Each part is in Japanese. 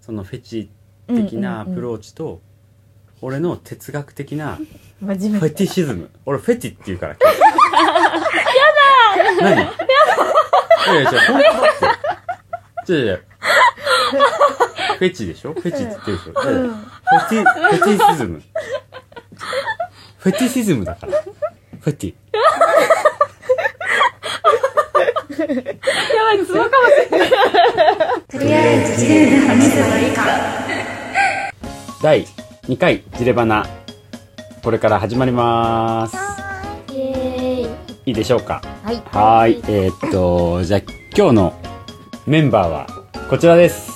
そのフェチ的なアプローチと、俺の哲学的な真面フ目ェティシズム俺フェチって言うからやだ何やだいやいや本当だって違う違うフェチでしょフェチって言ってるでしょ、ういやいんやフェティフェティシズムフェティシズムだからフェティやばい、ツボかもしれない。とりあえず自由に話せばいいか第2回ジレバナこれから始まりますイエーイ。いいでしょうかはいはーいえーっとじゃあ今日のメンバーはこちらです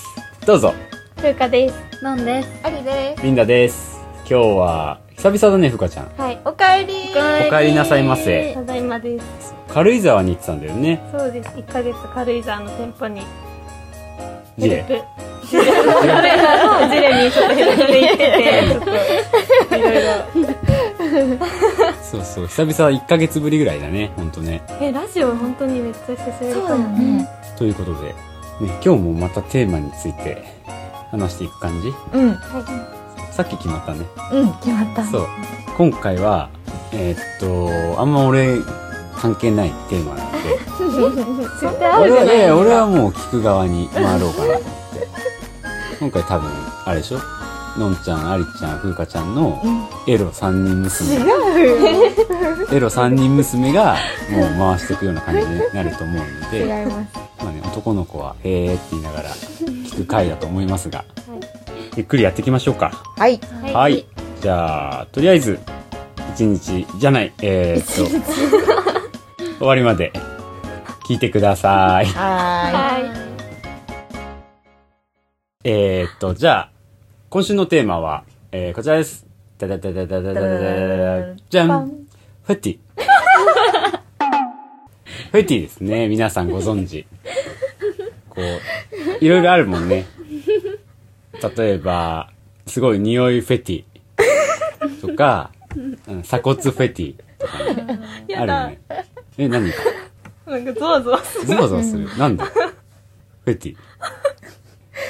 どうぞふうかです。なんですありですリンダです今日は久々だねふかちゃんはい。おかえりおかえりなさいませただいまです。軽井沢に行ってたんだよねそうです。1ヶ月軽井沢の店舗にジレ軽井沢のジレにちょっとヘルプで行ってて、ちょっといろいろ。そうそう久々1ヶ月ぶりぐらいだねほんとねえ、ラジオ本当にめっちゃ久しぶりそうかだよも。ねということで、ね、今日もまたテーマについて話していく感じうんさっき決まったねうん決ま ったそう今回はえーっとあんま俺関係ないテーマなんで絶対あ俺るじはゃないいや俺はもう聞く側に回ろうかなと思って今回多分あれでしょのんちゃんありちゃんふうかちゃんのエロ3人娘違エロ3人娘がもう回していくような感じになると思うのう違いで、ますまあね、男の子は「へえ」って言いながら聞く回だと思いますが、ゆっくりやっていきましょうか。はいはいはい。じゃあ、とりあえず、一日じゃない、えー、っと、終わりまで聞いてください。ははえー、っと、じゃあ、今週のテーマは、えー、こちらです。だだだだだだだだだだじゃんフェティ。フェティですね。皆さんご存知。こう、いろいろあるもんね。例えば、すごい匂いフェティとか、うん鎖骨フェティとかね。い。あるよやだ。ね。え、何なんかゾワゾワする。ゾワゾワする。なんでフェティ。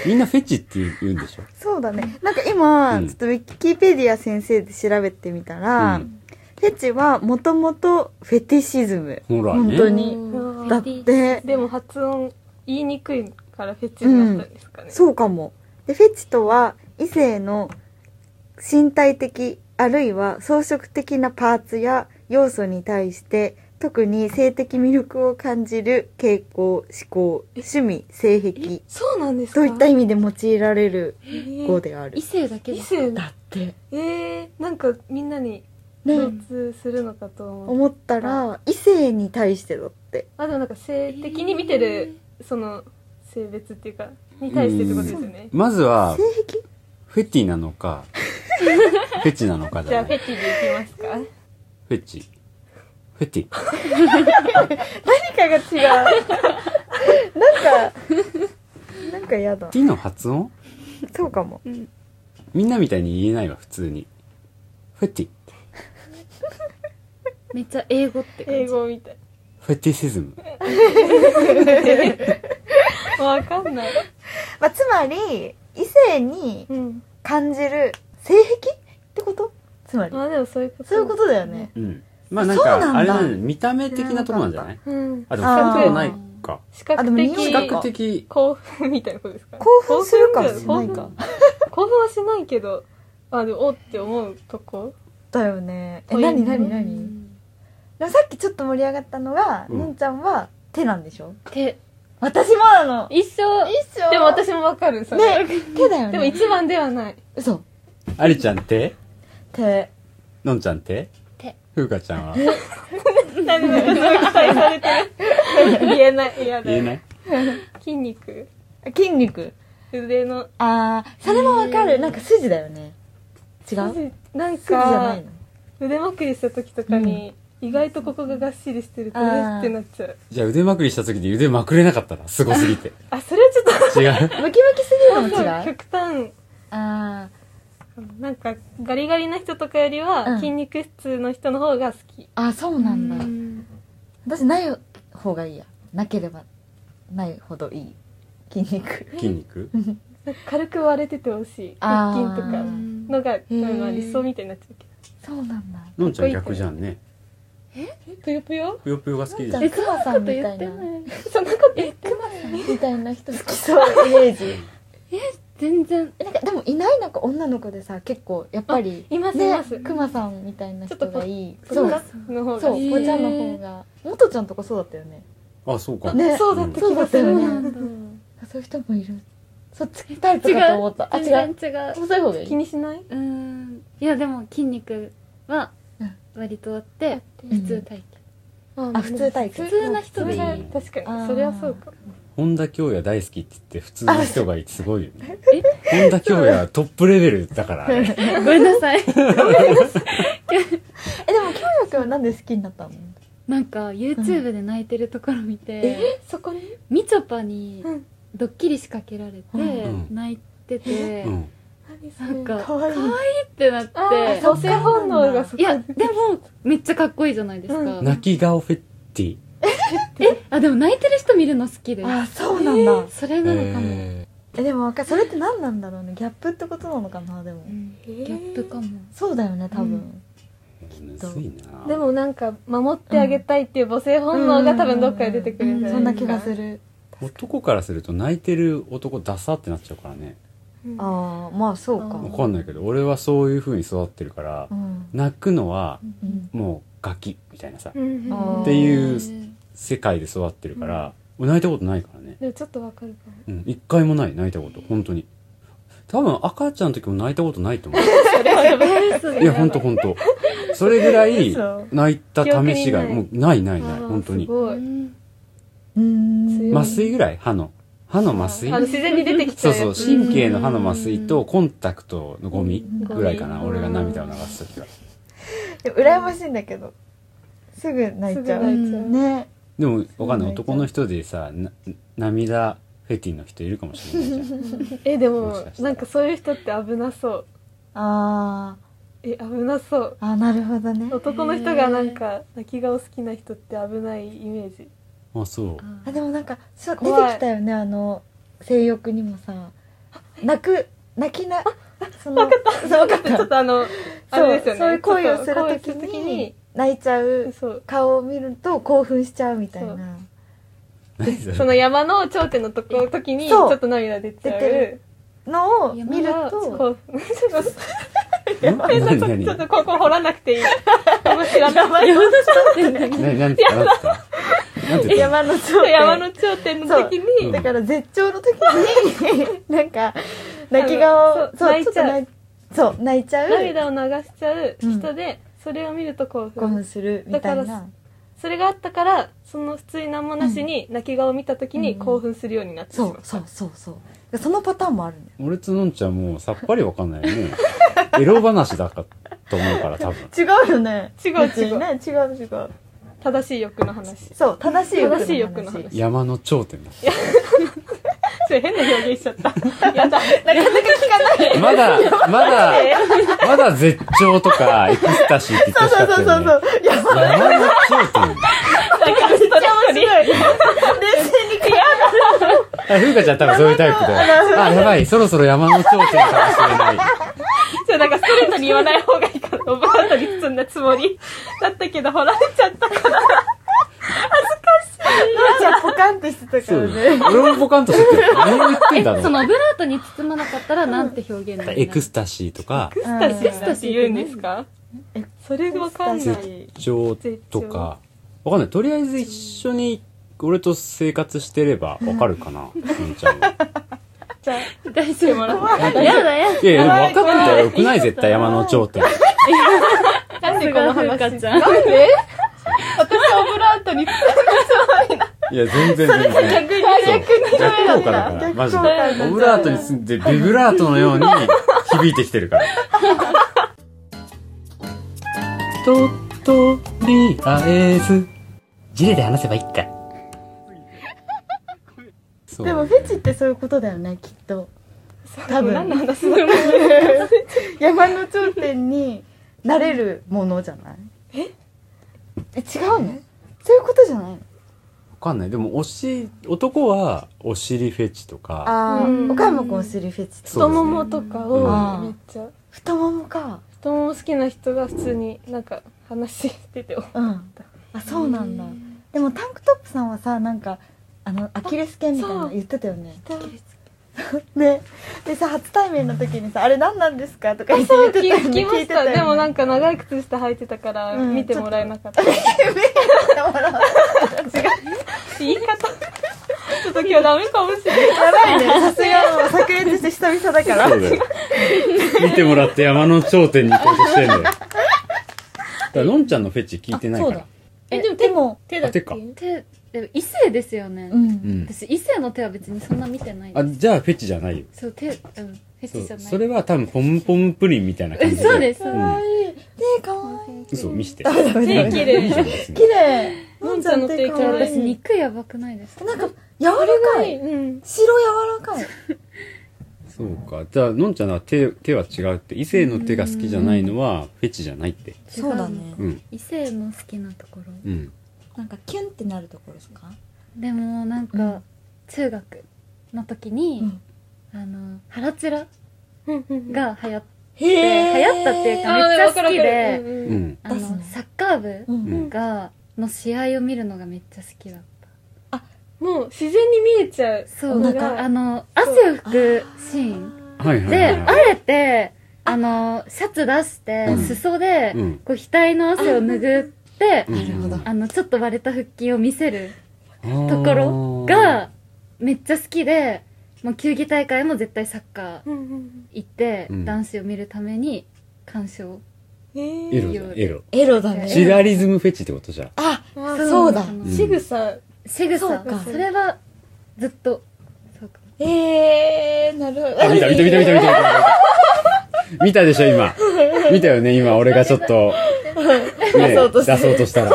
みんなフェチって言うんでしょそうだねなんか今、うんちょっとウィキペディア先生で調べてみたら、うんフェチはもともとフェティシズムほらね。本当にだってでも発音言いにくいからフェチになったんですかね。そうかもでフェチとは異性の身体的あるいは装飾的なパーツや要素に対して特に性的魅力を感じる傾向思考趣味性癖そうなんですかといった意味で用いられるえー語である異性だけ異だ性だってえー、なんかみんなにね共通するのかと思う、思ったら異性に対してだってあでもなんか性的に見てる、その性別っていうかに対してってことですよねまずは性、癖フェティなのか、フェチなのかじゃだあフェね。チでいきますかフェチ。フェティ。何かが違うなんかなんかやだティの発音そうかもみんなみたいに言えないわ、普通に。フェティ。めっちゃ英語って感じ英語みたいフェティシズム。わかんないまあ、つまり異性にうん感じる性癖ってことつまりまあでもそういうことそういうことだよねうん。まあなんそうなんか、だあれなんだ見た目的なとこなんじゃないうんあ、でもそういうことないか。視あで覚も的匂比いが較的、興奮みたいなことですか興奮するかしないか興奮はしないけどあでもおって思うとこだよねえポイント何何何でもさっきちょっと盛り上がったのが、うんのんちゃんは手なんでしょ手私もなの一緒一緒でも私もわかるそれ、ね手だよねでも一番ではない嘘ありちゃんって手のんちゃんって手ふうかちゃんは何でも期待されてる言えない嫌だ言えない筋肉筋肉腕のあーそれもわかるなんか筋だよね違う筋筋なんじゃないかの腕まくりした時とかに、意外とここががっしりしてるとあねーってなっちゃうじゃあ腕まくりした時で腕まくれなかったら、すごすぎて。あそれはちょっと違 う。ムキムキすぎるのも違う極端あなんかガリガリな人とかよりは、うん筋肉質の人の方が好きーあそうなんだ、うん私ない方がいいやなければないほどいい筋肉筋肉軽く割れててほしいあ腹ー筋とかのがまあ理想みたいになっちゃうけどそうなんだのんちゃん逆じゃんねえぷよぷよぷよぷよが好きでしじゃょあクマさんみたいなそんなこと言ってないみたいな人好きそうイメ ージ全然なんかでもいないなんか女の子でさ結構やっぱりあいますねいますクマさんみたいな人がいいそそううの方がそういいおちゃんの方が元ちゃんとかそうだったよねあそうかねそうだった気がすそうるだったよねそういう人もいるそっちタイプかと思ったあ違う全然違う細い方がいい気にしないうーんいやでも筋肉は割とあってうん普通体あ普通タイプ型普通な人そでいれいはうん確かあーにそれはそうか本田恭也大好きって言って普通の人がいてすごいよね本田恭也はトップレベルだからあれごめんなさ い えでも京也くんはなんで好きになったのなんか YouTube で泣いてるところ見てそこにみちょぱにうんドッキリ仕掛けられてうん泣いててうっん何そなんかかわいいてなっあーて蘇生本能がそいやでもめっちゃかっこいいじゃないですか、う泣き顔フェッティあでも泣いてる人見るの好きですあそうなんだそれなのかも、ええでもわかそれって何なんだろうねギャップってことなのかなでもうんギギャップかもそうだよね多う分ーむずいなでもなんか守ってあげたいっていう母性本能が多分どっかで出てくるんじゃそないんなです気かがする男からすると泣いてる男ダサってなっちゃうからねうんああまあそうかわかんないけど俺はそういう風に育ってるからうん泣くのはうんもうガキみたいなさうんうんあーっていうへ世界で育ってるから俺泣いたことないからねでもちょっとわかるかもうん一回もない泣いたこと本当に多分赤ちゃんの時も泣いたことないと思ういや本当本当それぐらいそう泣いた試しが記憶にないもうないないあないー本当にすごいーん麻酔ぐらい歯の歯の麻酔あの自然に出てきちそゃううやつそう神経の歯の麻酔とコンタクトのゴミぐらいかなうん俺が涙を流す時はでも羨ましいんだけどすぐ泣いちゃすうぐ泣いちゃうねでもわかんない男の人でさな涙フェティの人いるかもしれないじゃん えでもしもかしたらなんかそういう人って危なそうあーえ危なそうあなるほどね男の人がなんか泣き顔好きな人って危ないイメージあそうあでもなんかそう出て怖いきたよねあの性欲にもさ泣く泣きなその分かったそう分かっちょたっとあのあ それでうすよねそういう恋をするちょっとき恋をするに泣いちゃうそう顔を見ると興奮しちゃうみたいな何それその山の頂点のとこ時にちそうょっと涙出ちゃ出てるうのをいや見るとこうちょっとん 何何ちょっとここ掘らなくていいかもしれない何何ですか何ですか何て言った山の頂点山の頂点の時そうにだから絶頂の時になんか泣き顔そうそう泣いちょっちとゃ泣いそう泣いちゃう涙を流しちゃう人で、それを見ると興興奮奮するみたいだからなそれがあったからその普通に何もなしに泣き顔を見た時に興奮するようになってしそまっうたそうそうそうそのパターンもあるんだよ俺とのんちゃんもうさっぱりわかんないよねエロ話だかと思うから多分違うよね違う別にね違う違う正しい欲の話そう正しい正しい欲の話山の頂点だそれ変な表現しちゃった やだま だまだまだ絶頂とかエクスタシーって言ってほそしかうそっうたそうよそねうそういや山の頂点めっちゃ面白いあ風花ちゃん多分そういうタイプであやばいそろそろ山の頂点かもしれない じゃなんかストレートに言わない方がいいからオブラートに包んだつもりだったけど掘られちゃったからちゃんポカンってしてたかそらうね俺もポカンとしてて何を言ってんだえそろうのブラートに包まなかったらなんて表現なんだエクスタシーとかうんエクスタシー言うんですかそれわかんな絶い頂とかわかんないとりあえず一緒に俺と生活してればわかるか な、のんちゃんはじゃあ大丈夫やだやだいやいやでも分かってたらよくない絶対山の頂点なんでこの風花話ちゃん私オブラートにいや全然全然逆にそう逆効果だからマジでオブラートに住んでビブラートのように響いてきてるからととりあえずジレで話せばいいかそうでもフェチってそういうことだよねきっと多何の分話だろう山の頂点になれるものじゃないええ違うのそういうことじゃないのわかんない。でも、おし、男は、お尻フェチとか、ああうん岡山君お尻フェチそう太ですねももとかうをんめっちゃ太ももか太もも好きな人が普通になんか話しててうんあそうなんだでもタンクトップさんはさなんかあのアキレス腱みたいなそのう言ってたよね聞ねでさ初対面の時にさ「あれ何なんですか?」とか言って言ってたよねきま聞いしてよたねでもなんか長い靴下履いてたからうん見てもらえなかった言い方ちょっと今日ダメかもしれないやばいねさすがもう炸裂して久々だからそうだよ。見てもらって山の頂点に行こうとしてんだよ。だから、のんちゃんのフェチ聞いてないから。えでもでも手だあけ手か手でも異性ですよね、うんうん。私異性の手は別にそんな見てないあ、じゃあフェチじゃないよ。そう手うんフェそチうじゃないそれは多分、ポムポムプリンみたいな感じで。そうですそううですん。いい手かわいい嘘、見して。手いい綺じゃん麗別に綺麗ののんんちちゃゃんんのの手手可か愛いわい私い肉やばくないですかなんか柔らかいうん白柔らかいそうか。じゃあ、のんちゃんは手、手は違うって。異性の手が好きじゃないのは、フェチじゃないって。そうだねうん。異性の好きなところうん。なんかキュンってなるところですかでもなんか、うん中学の時に、うんあのハラチュラうんが流行っへ流行ったっていうかめっちゃ好きでうんうんうん。あのですねサッカー部うんうんがの試合を見るのがめっちゃ好きだったもう自然に見えちゃうそうななんんかかあの汗を拭くシーンはいはいではいあはい。えてあのシャツ出して、うん裾で、うんこう額の汗を拭ってうんうんあのちょっと割れた腹筋を見せるあーところがめっちゃ好きでもう球技大会も絶対サッカーうんうん行って、うん男子を見るために鑑賞うんエへえロだエロエロだチねラリズムフェチってことじゃああそうそうだあのうん仕草仕草そうそかれはずっとそうかえーなるほどあ見た見た見た見た見た見た見たでしょ今見たよね今俺がちょっ と、ね、出そうとして出そうとしたら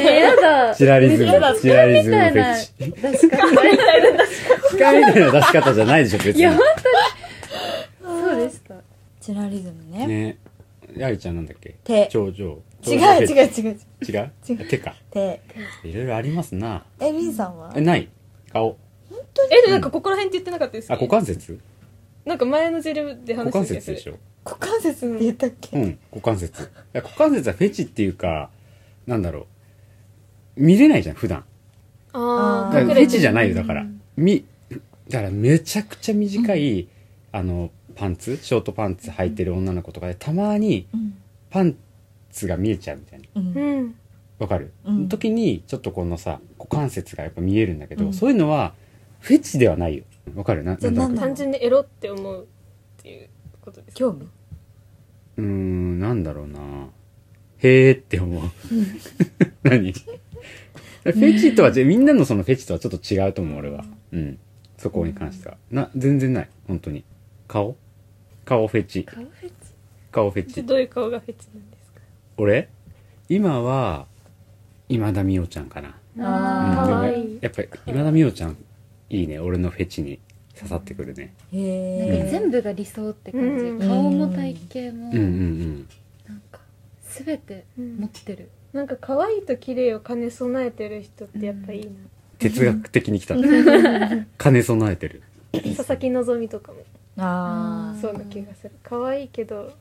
え やだチラリズムやだチラリズみムフたいェなチ出し方機械みたいな出し方じゃないでしょ別いやに本当にそうでしたチラリズムねねやりちゃんなんだっけ手頂上違う頂上フ違ェう違うチ違う違う手か手いろいろありますなえみんさんはえない顔えでもなんかここら辺って言ってなかったですあか股関節なんか前のジルで話股し関てたやつ節でしょ股関節って言ったっけうん、股関節。いや股関節はフェチっていうか、なんだろう。見れないじゃん、普段。あだあから隠フれェてチるじゃないよ、だから。み、だからめちゃくちゃ短い、あの、パンツ、ショートパンツ履いてる女の子とかで、たまにうんパンツが見えちゃうみたいな。ううんんわかる、うん時に、ちょっとこのさ、股関節がやっぱ見えるんだけど、うんそういうのは、フェチではないよ。わかるな、じゃあなんとなんなだく。単純にエロって思うっていうことです興味うーん、なんだろうな。へーって思う。 何フェチとは違う、みんなのそのフェチとはちょっと違うと思う、俺は。うん。そこに関しては。な、全然ない。本当に。顔顔フェチ。顔フェチ顔フェでチ。どういう顔がフェチなんですか俺今は、今田美桜ちゃんかな。うんあーでも可愛いやっぱり、今田美桜ちゃん、いいね。俺のフェチに刺さってくるね。へなんかえ全部が理想って感じ、うん顔も体型も、うんうんうん。なんか全て持ってる、なんか可愛いと綺麗を兼ね備えてる人ってやっぱいいな哲学的に来た。兼ね備えてる。佐々木希とかも ああそうな気がする可愛いけど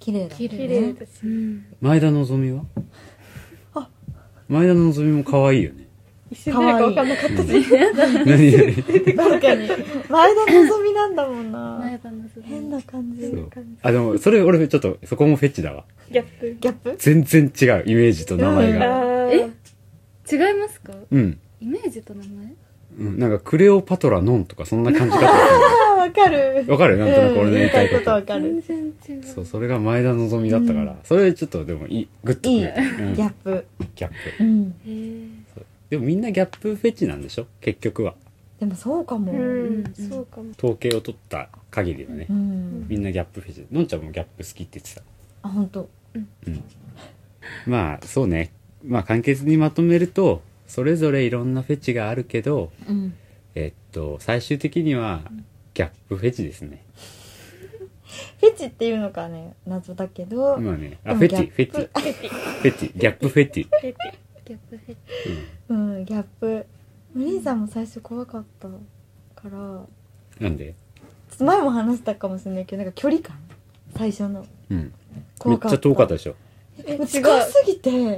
綺麗だね綺綺麗麗ねだし前田のぞみは前田のぞみも可愛いよね。一瞬誰か分かんなかったし何々確かに前田のぞみなんだもんな前歯のすごい変な感じそうあ、でも、それ俺ちょっと、そこもフェチだわ。ギャップギャップ全然違う、イメージと名前あが。ー違いますかうん。イメージと名前うん、なんか、クレオパトラノンとか、そんな感じだっあわかるた。わかるなんとなく俺の言いたいうん言いたいこことわと。か全る然違うそう、それが前田のぞみだったから、それちょっとでもいい、グッとくる。うんギャップギャップ。うんへーでもみんなギャップフェチなんでしょ結局は。でもそうかもううんんそうかも統計を取った限りはね。みんなギャップフェチ。のんちゃんもギャップ好きって言ってた。あ本当まあそうねまあ簡潔にまとめるとそれぞれいろんなフェチがあるけどうんえっと最終的にはギャップフェチですねフェチっていうのかね謎だけどまあねあでもフェチギフェチフェチギャップフェチペテギャップフェチうんギャップムリーさんも最初怖かったからちょなんでっと前も話したかもしれないけどなんか距離感最初のうん。めっちゃ遠かったでしょ。もう近すぎていや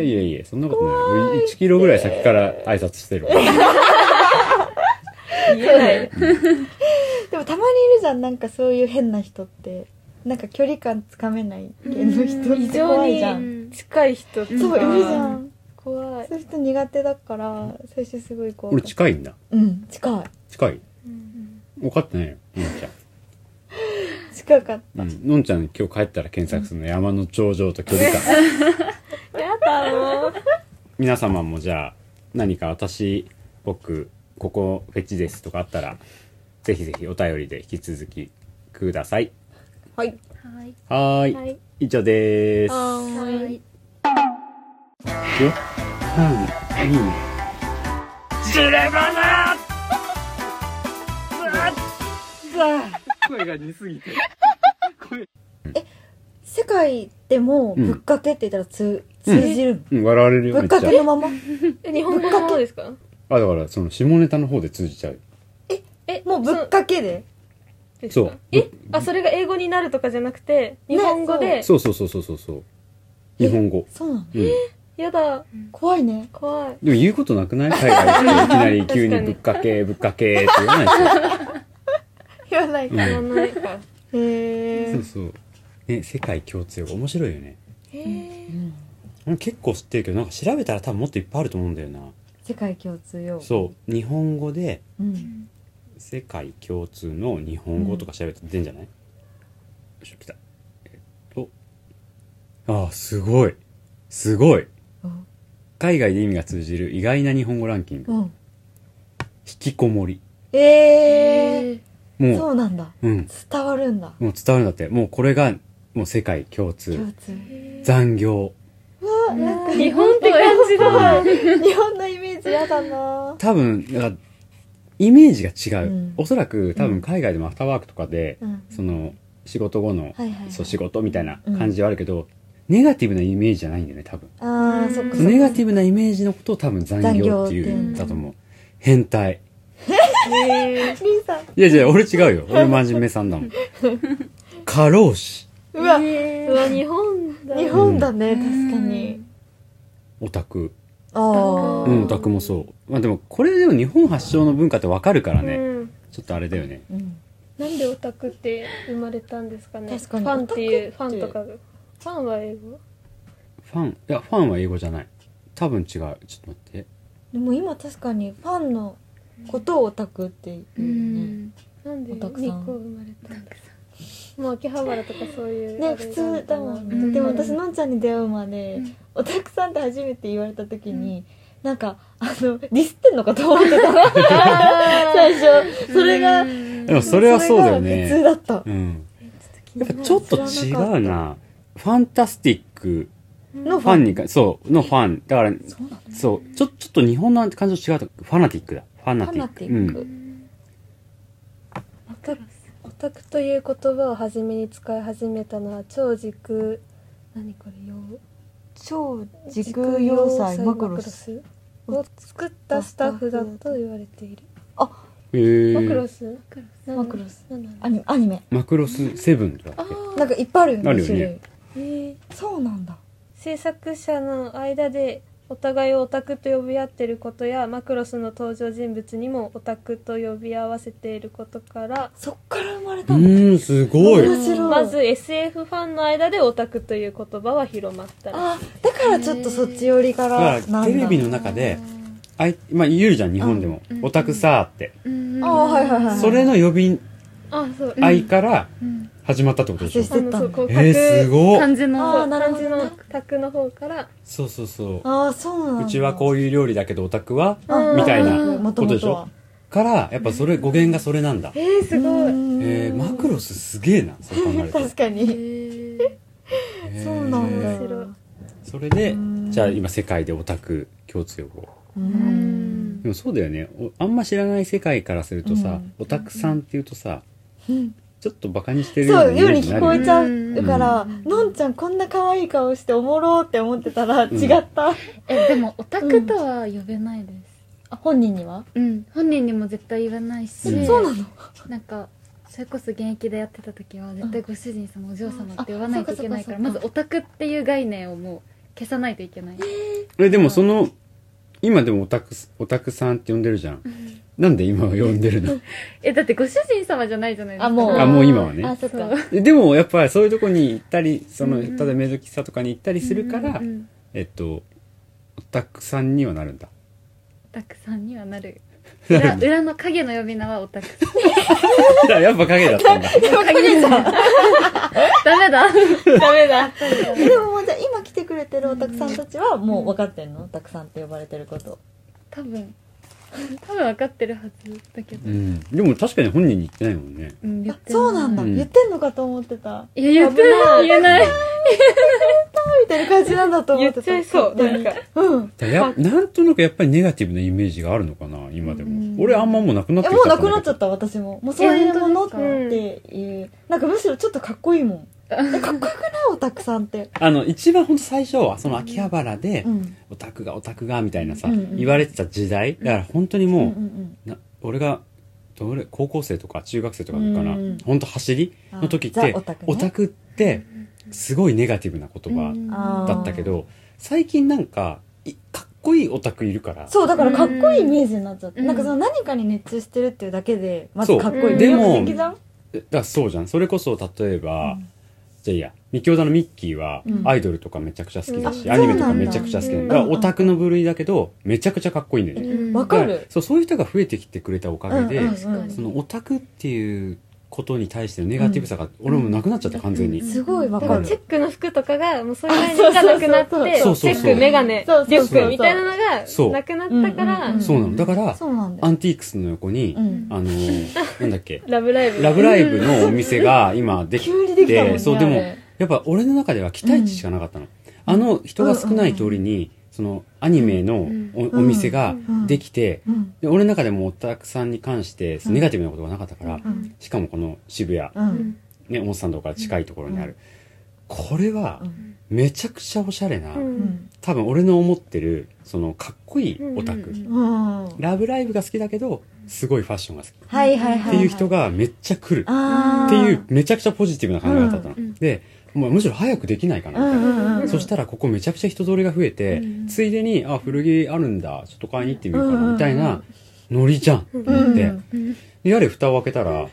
いやいや、そんなことない。俺1キロぐらい先から挨拶してるわ。言 えない。でもたまにいるじゃんなんかそういう変な人ってなんか距離感つかめない系の人異って常怖いじゃんに近い人とか。そういるじゃん。ん怖い。そういう人苦手だから最初すごい怖俺かった近いんだ。うん近近い分かってないよ、のんちゃいん。近かったうん、のんちゃん今日帰ったら検索するの山の頂上と距離感やだもう。皆様もじゃあ何か私僕ここフェチですとかあったらぜひぜひお便りで引き続きくださいはいはいはーいはい以上ですはいようんいいねジレバナ 声が似す ぎて世界でもぶっかけって言ったらつ、うん通じるの、うん笑われるよぶめっっちゃかけのままえ日本語の方ですかあだからその下ネタの方で通じちゃうえ、もうぶっかけでけそうえ、あ、それが英語になるとかじゃなくて、日本語で、そうそうそうそうそうそう日本語そうなのうんやだ、怖いね怖い。でも言うことなくない海外行っていきなり急にぶっかけ、ぶっかけって言わない言わないでかしょ知ら。ないから。へえうん、そうそう。ね、世界共通語面白いよね。へー俺結構知ってるけど、なんか調べたら多分もっといっぱいあると思うんだよな。世界共通用語そう。日本語で、うん世界共通の日本語とか調べたら出んじゃない、よいしょ、来た。えっと。ああ、すごい。すごい。海外で意味が通じる意外な日本語ランキング。うん引きこもり。えー、もそうなんだう、うん。伝わるんだもう伝わるんだって。もうこれが、もう世界共通。共通残業日本って感じだ。日本のイメージやだな多分なんかイメージが違う、うんおそらく多分海外でもアフターワークとかで、うんその仕事後の、はいはいはいそう仕事みたいな感じはあるけど、ネガティブなイメージじゃないんだよね多分あうーんそっかそのネガティブなイメージのことを多分残業ってい残業ってういうんんだと思う変態へーリンさんいやいや俺違うよ俺真面目さんだ もん過労死うわ、うわ、日本だ。日本だね、確かにオタクあうんオタクもそうまあでもこれでも日本発祥の文化ってわかるからね、うんちょっとあれだよねーうんなんでオタクって生まれたんですかね。確かにファンっていう、フタクァっンてとかが。ファンは英語ファンいやファンは英語じゃない多分違うちょっと待ってでも今確かにファンのことをオタクってう言うよねんなんでオ日タ光クさん生まれたんですかもう秋葉原とかそういう。ね普通だもん、ね。んでも私のんちゃんに出会うまで、おたくさんって初めて言われた時に、なんかあのディスってんのかと思ってた 最初それが、でもそれはそうだよねそれが普通だったうんやっぱちょっと違うなファンタスティックのファンにかそうのファンだからそうなんだそうちょちょっと日本の感じと違うとファナティックだファナファティナックティッうクん、オタクオタクという言葉を初めに使い始めたのは超時空何これよ超時空要塞マクロススを作ったスタッフだと言われているへマクロースマクロスなんなんアニアニメマクロスセブンだあっけなんかいっぱいあるよねあるよね種類えーそうなんだ制作者の間でお互いをオタクと呼び合っていることやマクロスの登場人物にもオタクと呼び合わせていることからそっから生まれうたのーんすごい面白いまず SF ファンの間でオタクという言葉は広まったらあだからちょっとそっち寄りかだらからテレビのな中であい、まあ、言うじゃん日本でもうんオタクさーってうんああーはいはいはいそれの呼びあそう合いからうん始まったってことでしょ発生しあのそうこうえー、すごっ感じあーのなるほ漢どね字のタクの方からそうそうそうああそうなんだうちはこういう料理だけどオタクはあみたいなもとこともでしとょはからやっぱそれ語源がそれなんだえー、すごいえー、マクロスすげえなそう考えると確かにへーそうなんだ面白いそれでじゃあ今世界でオタク共通語うんでもそうだよねおあんま知らない世界からするとさ、オタクさんっていうとさ、ちょっとバカにしてるようそうなよりイメージ聞になこるえよちねゃうから、のんちゃんこんな可愛い顔しておもろーって思ってたら違った、えでもオタクとは呼べないですあ本人にはうん本人にも絶対言わないし、うんそうなのなんかそれこそ現役でやってた時は絶対ご主人様お嬢様って言わないといけないからあそまうかずそうオタクっていう概念をもう消さないといけないえでもその今でもオタクオタクさんって呼んでるじゃん、なんで今は呼んでるのえだってご主人様じゃないじゃないですかあもうあもう今はあねそっかそうででもやっぱりそういうとこに行ったりその、うんうんただメイド喫茶とかに行ったりするから、うんうんうんえっとオタクさんにはなるんだオタクさんには なるなる裏んだ裏の影の呼び名はオタ クさんだからやっぱ影だったんだ影さんダメだダメだう でももうじゃあ今来てくれてるおたくさんたちはもう分かってんのおたくさんって呼ばれてること多分多分分かってるはずだけど、ううんんでも確かに本人に言ってないもんね言ってそうなんだ、うん言ってんのかと思ってたいや言ってない言えないみたいな感じなんだと思言っってたちゃいそうなんかうんだからやなんとなくやっぱりネガティブなイメージがあるのかな今でも、うん俺あんまもうなくなっえてきもうちゃなったんだけどくなっちゃった私ももうそういうものっえて本当いう、なんかむしろちょっとかっこいいもんえかっこよくないおたくさんってあの一番本当最初はその秋葉原でうんオタクがオタクがみたいなさ、うんうん言われてた時代だから本当にもう、うんうんな俺がどれ高校生とか中学生とかかな、うん本当走りの時っあてザオタクねオタクってすごいネガティブな言葉あーだったけど、最近なんかいかっこいいオタクいるからそうだからかっこいいイメージになっちゃって、うんなんかその何かに熱中してるっていうだけでまずかっこいい、そ魅う力でも的じゃんだからそうじゃんそれこそ例えば、じゃあいいや三京堂のミッキーはうんアイドルとかめちゃくちゃ好きだし、うんアニメとかあそうなんだめちゃくちゃ好きだ,、うんだからオタクの部類だけどめちゃくちゃかっこいいんだよね、うんわかるそうそういう人が増えてきてくれたおかげで、うんうん確かにそのオタクっていうことに対してのネガティブさが俺もなくなっちゃった完全に、すごいわだかからるチェックの服とかがもうそういう概念がなくなってあそうそうそうそうそうそうチェックメガネリそうそうそうュックみたいなのがなくなったから、うんうんそうなのだからそうなんだアよ、ンティークスの横に、うん、あのーなんだっけラブライブラブライブのお店が今できて急にできたもんねそうであもれやっぱ俺の中では期待値しかなかったの、あの人が少ない通りに、そのアニメのお,、ん店ができて、うんで俺の中でもオタクさんに関してネガティブなことがなかったから、うんしかもこの渋谷、うんね、表参道から近いところにある、うこれはうんめちゃくちゃおしゃれな、うんうん多分俺の思ってるそのかっこいいオタク、うんうんうんうんラブライブが好きだけどすごいファッションが好きっはいはいはいていう人がめっちゃ来るっあーていうめちゃくちゃポジティブな考え方だったの、うんうんでもうむしろ早くできないかなみうたいな、んうんうんそしたらここめちゃくちゃ人通りが増えて、うんついでにあ古着あるんだちょっと買いに行ってみようかうんなみたいなノリじゃんって思って、うんでやれ蓋を開けたら、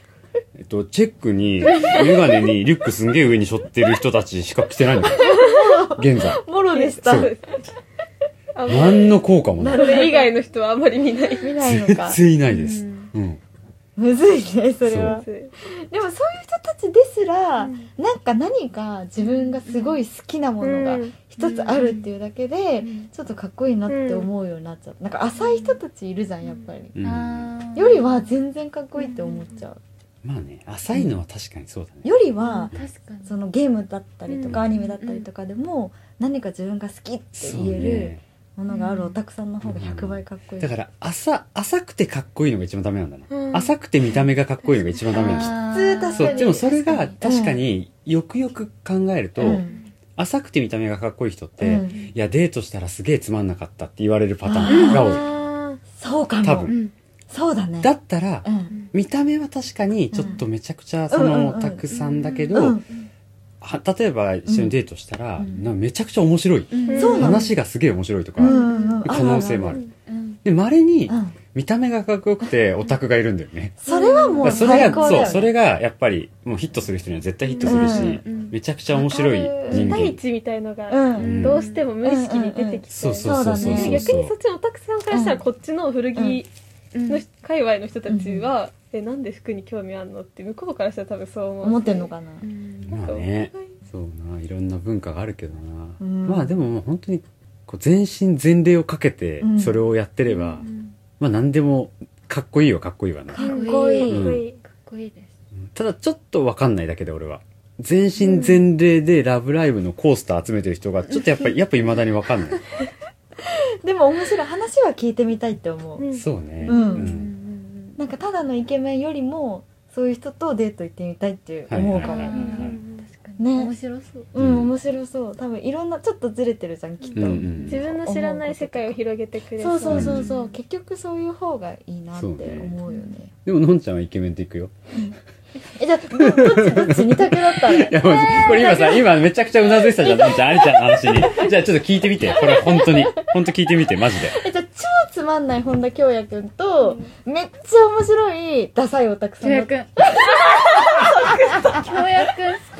えっと、チェックに眼鏡にリュックすんげえ上に背負ってる人たちしか来てないんだよ現在もろでしたそう何の効果もないそれ以外の人はあんまり見ない見ないの全か然いないです、ううん むずいねそれはそでもそういう人たちですら、なんか何か自分がすごい好きなものがうん一つあるっていうだけで、んちょっとかっこいいなって思うようになっちゃう、なんか浅い人たちいるじゃんやっぱり、うんあーよりは全然かっこいいって思っちゃう、まあね浅いのは確かにそうだね、よりは確かにそのゲームだったりとか、うんアニメだったりとかでも何か自分が好きってそう言えねるものがあるおたくさんの方が100倍かっこいい、だから浅浅くてかっこいいのが一番ダメなんだな、うん浅くて見た目がかっこいいのが一番ダメなんだあ普通ー確そかうにでもそれがかに確かによくよく考えると、うん浅くて見た目がかっこいい人って、うんいやデートしたらすげえつまんなかったって言われるパターンが多いそうかも多分うんそうだねだったら、うん見た目は確かにちょっとめちゃくちゃそうんうんうのんオタクさんだけど、うん、は例えば一緒にデートしたら、うんなんかめちゃくちゃ面白い、うんそうなの話がすげえ面白いとか、うんうんうん可能性もあるうんで稀にうん見た目がかっこよくてオタクがいるんだよね、それはだかもうらそれ最が高だよ、そね、うそれがやっぱりもうヒットする人には絶対ヒットするし、うんめちゃくちゃ面白い人期間、待値みたいのがうんんどうしても無意識に出てきて、そうそうそうそうそうだねそ逆うにそっちのオタクさんからしたらこっちの古着うんの人界隈の人たちは、えなんで服に興味あんのって向こうからしたら多分そう思思うってんのかなうんまあねそうないろんな文化があるけどな、うんまあでももう本当にこう全身全霊をかけてうんそれをやってれば、うんまあ何でもかっこいいはかっこいいわなかっこいいうんかっこいいかっこいいですただちょっとわかんないだけで俺は全身全霊で「ラブライブ!」のコースター集めてる人がちょっとやっぱりやっぱいまだにわかんなでも面白い話は聞いてみたいって思う、いそうねうんうんなんかただのイケメンよりもそういう人とデート行ってみたいって思うかも、はいはいはいはい確か面ね白そううん面白そう多分いろんなちょっとずれてるじゃんきっと、うんうん自分の知らない世界を広げてくれそうそううそそううそそうう、結局そういう方がいいなってそう思ねうよねでものんちゃんはイケメンっていくよえじゃあどどっちどっち二択だ ったねいやもうこれ今さ今めちゃくちゃうなずいてたじゃんのんちゃんありちゃんの話にじゃあちょっと聞いてみてこれ本当に本当聞いてみてマジでえじゃあ超つまんない本田恭也くんと、めっちゃ面白いダサいオタクさ京んだ也っくん京也くんっすか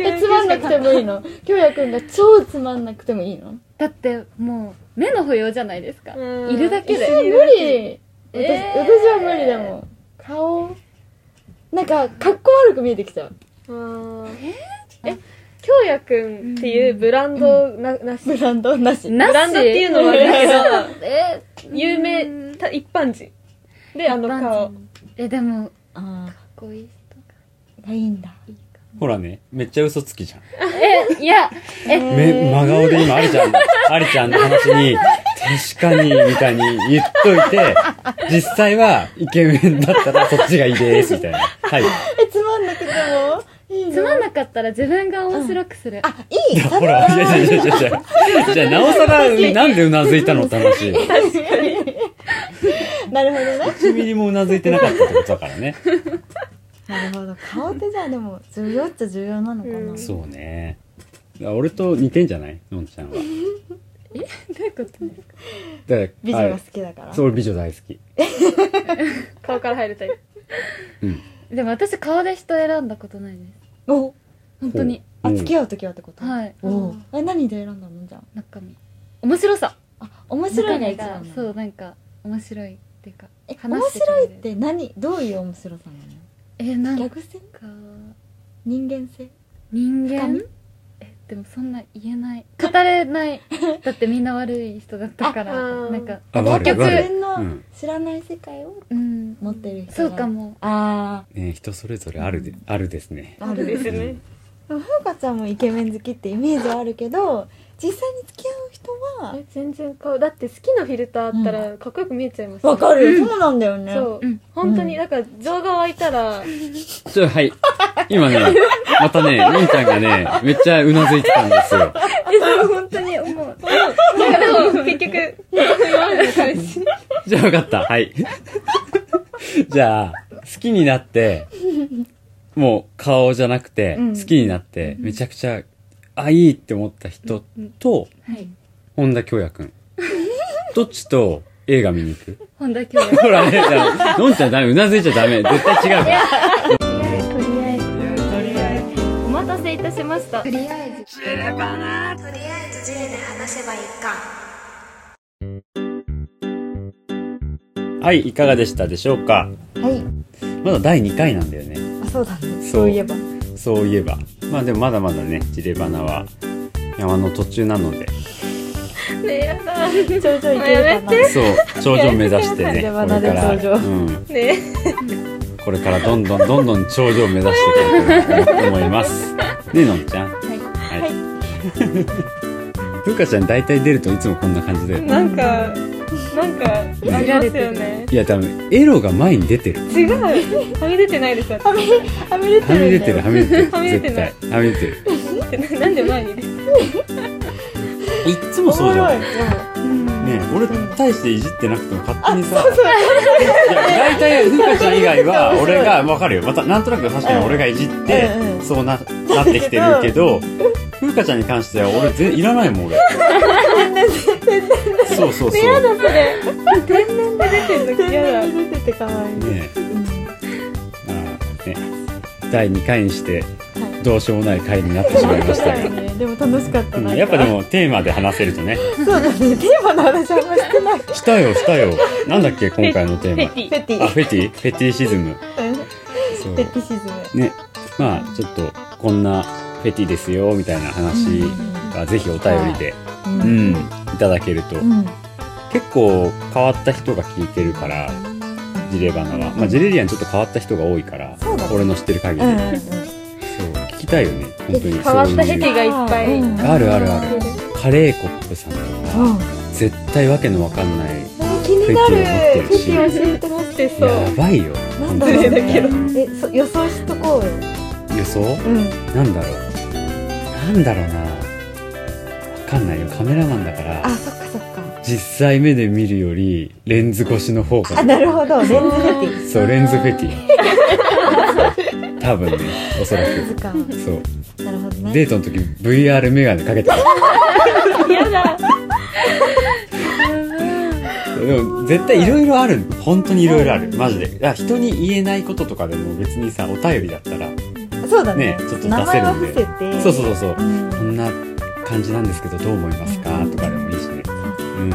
えつまんなくてもいい の京也くんが超つまんなくてもいいのだってもう目の保養じゃないですかうんいるだけえで無理私,、えー私は無理だもん顔なんか格好悪く見えてきちゃうええ京也くんっていうブランドななしブランドなしなしブランドっていうのはあれえだけど有名た一般人であの顔えでもあかっこいいあいいんだほらねめっちゃ嘘つきじゃん人えいやえめ真顔で今あり ちゃんのありちゃんの話に確かにみたいに言っといて実際はイケメンだったらそっちがいいですみたいなはいえつまんなくてもいいのつまんなかったら自分が面白くする、あいいほらいやいやいやいやいやじゃあなおさらなんでうなずいたのって話 なるほどね1ミリもうなずいてなかったってことだからねなるほど顔ってじゃあでも重要っちゃ重要なのかな、うんそうねだから俺と似てんじゃないのんちゃんはどういうことだから美あ女れが好きだからそう俺美女大好き顔から入るタイプでも私顔で人選んだことないですお本当にあうん付き合う時はってことはいおえ何で選んだのじゃあ中身面白さあ面白いが中身一番がなのそうなんか面白いっていうかえ面話してく白れいるって何どういう面白さなのえなんか逆線人間性人深間みえでもそんな言えない語れない だってみんな悪い人だったからああーなんかあ結悪い局悪自い、分うのん知らない世界をうん持ってる人がそうかもあね、人それぞれあるで、あるですねああそうる ですねふうかちゃんもイケメン好きってイメージはあるけど実際に付き合う人はえ全然顔だって好きなフィルターあったらかっこよく見えちゃいますねわかる、そうなんだよねそう、うん本当うにんなん か情が湧いたらちょ、はい。今ね、またね、のんちゃんがね、めっちゃうなずいてたんですよ。本当に思うでも結局今までの彼氏じゃあ分かった。はい。じゃあ、好きになって、もう顔じゃなくて、好きになって、めちゃくちゃ、あ、いいって思った人と、はい本田恭也くん。どっちと映画見に行く本田教ほらね、じゃあのんちゃんダメ、うなずいちゃダメ。絶対違うから。お待たせいたしましたとりあえずジレで話せばいいかはい、いかがでしたでしょうかはいまだ第2回なんだよね。あそうだねそうそういえばそういえばまあでもまだまだねジレバナは山の途中なのでねえやだちょいちょいいけるかなそう頂上目指してねジレこバれナでから、頂上うん、ねこれからどんどんどんどん頂上を目指していこうかなと思いますねのんちゃんはい、 ふうかちゃん大体出るといつもこんな感じだよねなんかなんかありますよねいや多分エロが前に出てる違うはみ出てないですよはみはみ出はてみる出んてるだよはみ出てるはみ出て絶な対いはみ出てる出てないなんで前に出ていっつもおそうもじゃろいんねえ俺大していじってなくても勝手にさそういや大体ふうかちゃん以 外は俺が分かるよまたなんとなく確かに俺がいじってうんうんそうななってきてるけどふうかちゃんに関しては俺全いらないもん俺そうそうそうねやだそれ天然で出てるの全やだ然出てて可愛いえまあね第2回にしてどうしようもない回になってしまいましたがねでも楽しかったうなんやっぱでもテーマで話せると ねそうだねテーマの話あんましてないしたよしたよなんだっけ今回のテーマペティあフェティフェティシズムうんそうペティシズムねまあちょっとこんなフェティですよみたいな話がぜひお便りで、うんうん、いただけると、うん結構変わった人が聞いてるからジレバナは、まあ、ジレリアンちょっと変わった人が多いから、そうだね俺の知ってる限り、うんうんそう聞きたいよね本当にえ変変わったそうヘティいうがいっぱいうんあるあるあるカレーコップさんとか、うん絶対わけのわかんない気になるフェチを持ってるしェチを教えてほしいでそうやばいよなんだろう失礼だけねえそ予想しとこうよ予想うんなんだろうなんだろうなわかんないよカメラマンだからあそっかそっか実際目で見るよりレンズ越しの方があなるほどレンズフェティそうレンズフェティ 多分ねおそらレンズくかそうなるほどねデートの時 VR メガネか けてた嫌だ でも絶対いろいろある本当にいろいろあるマジでだから人に言えないこととかでも別にさお便りだったらそうだねねちょっと出せるんで名前は伏せてそうそうそうそううんこんな感じなんですけどどう思いますかとかでもいいしねうん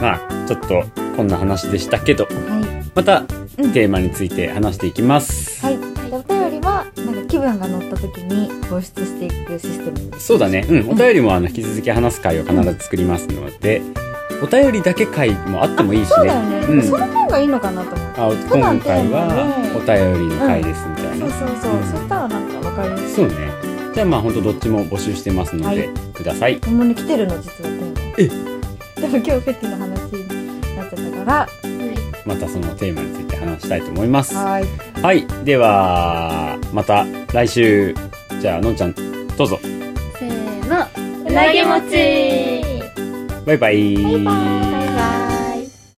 まあちょっとこんな話でしたけどはまたうんテーマについて話していきます、い、はい、でお便りはなんか気分が乗った時に放出していくシステムそうだねうんお便りもあの引き続き話す会を必ず作りますのでお便りだけ会もあってもいいしそうだよねね、うんその方がいいのかなと思ってあ普段今回はおテ便りの会ですみたいな、そうそうそう、うんそしたらなんかわかりやすいそうねじゃあまあ本当どっちも募集してますので、はくださいもうね来てるの実はえテーマでも今日フェティの話になっちゃったからまたそのテーマについて話したいと思いますははいいではまた来週じゃあのんちゃんどうぞせーのうなぎ餅バイバイバイバイ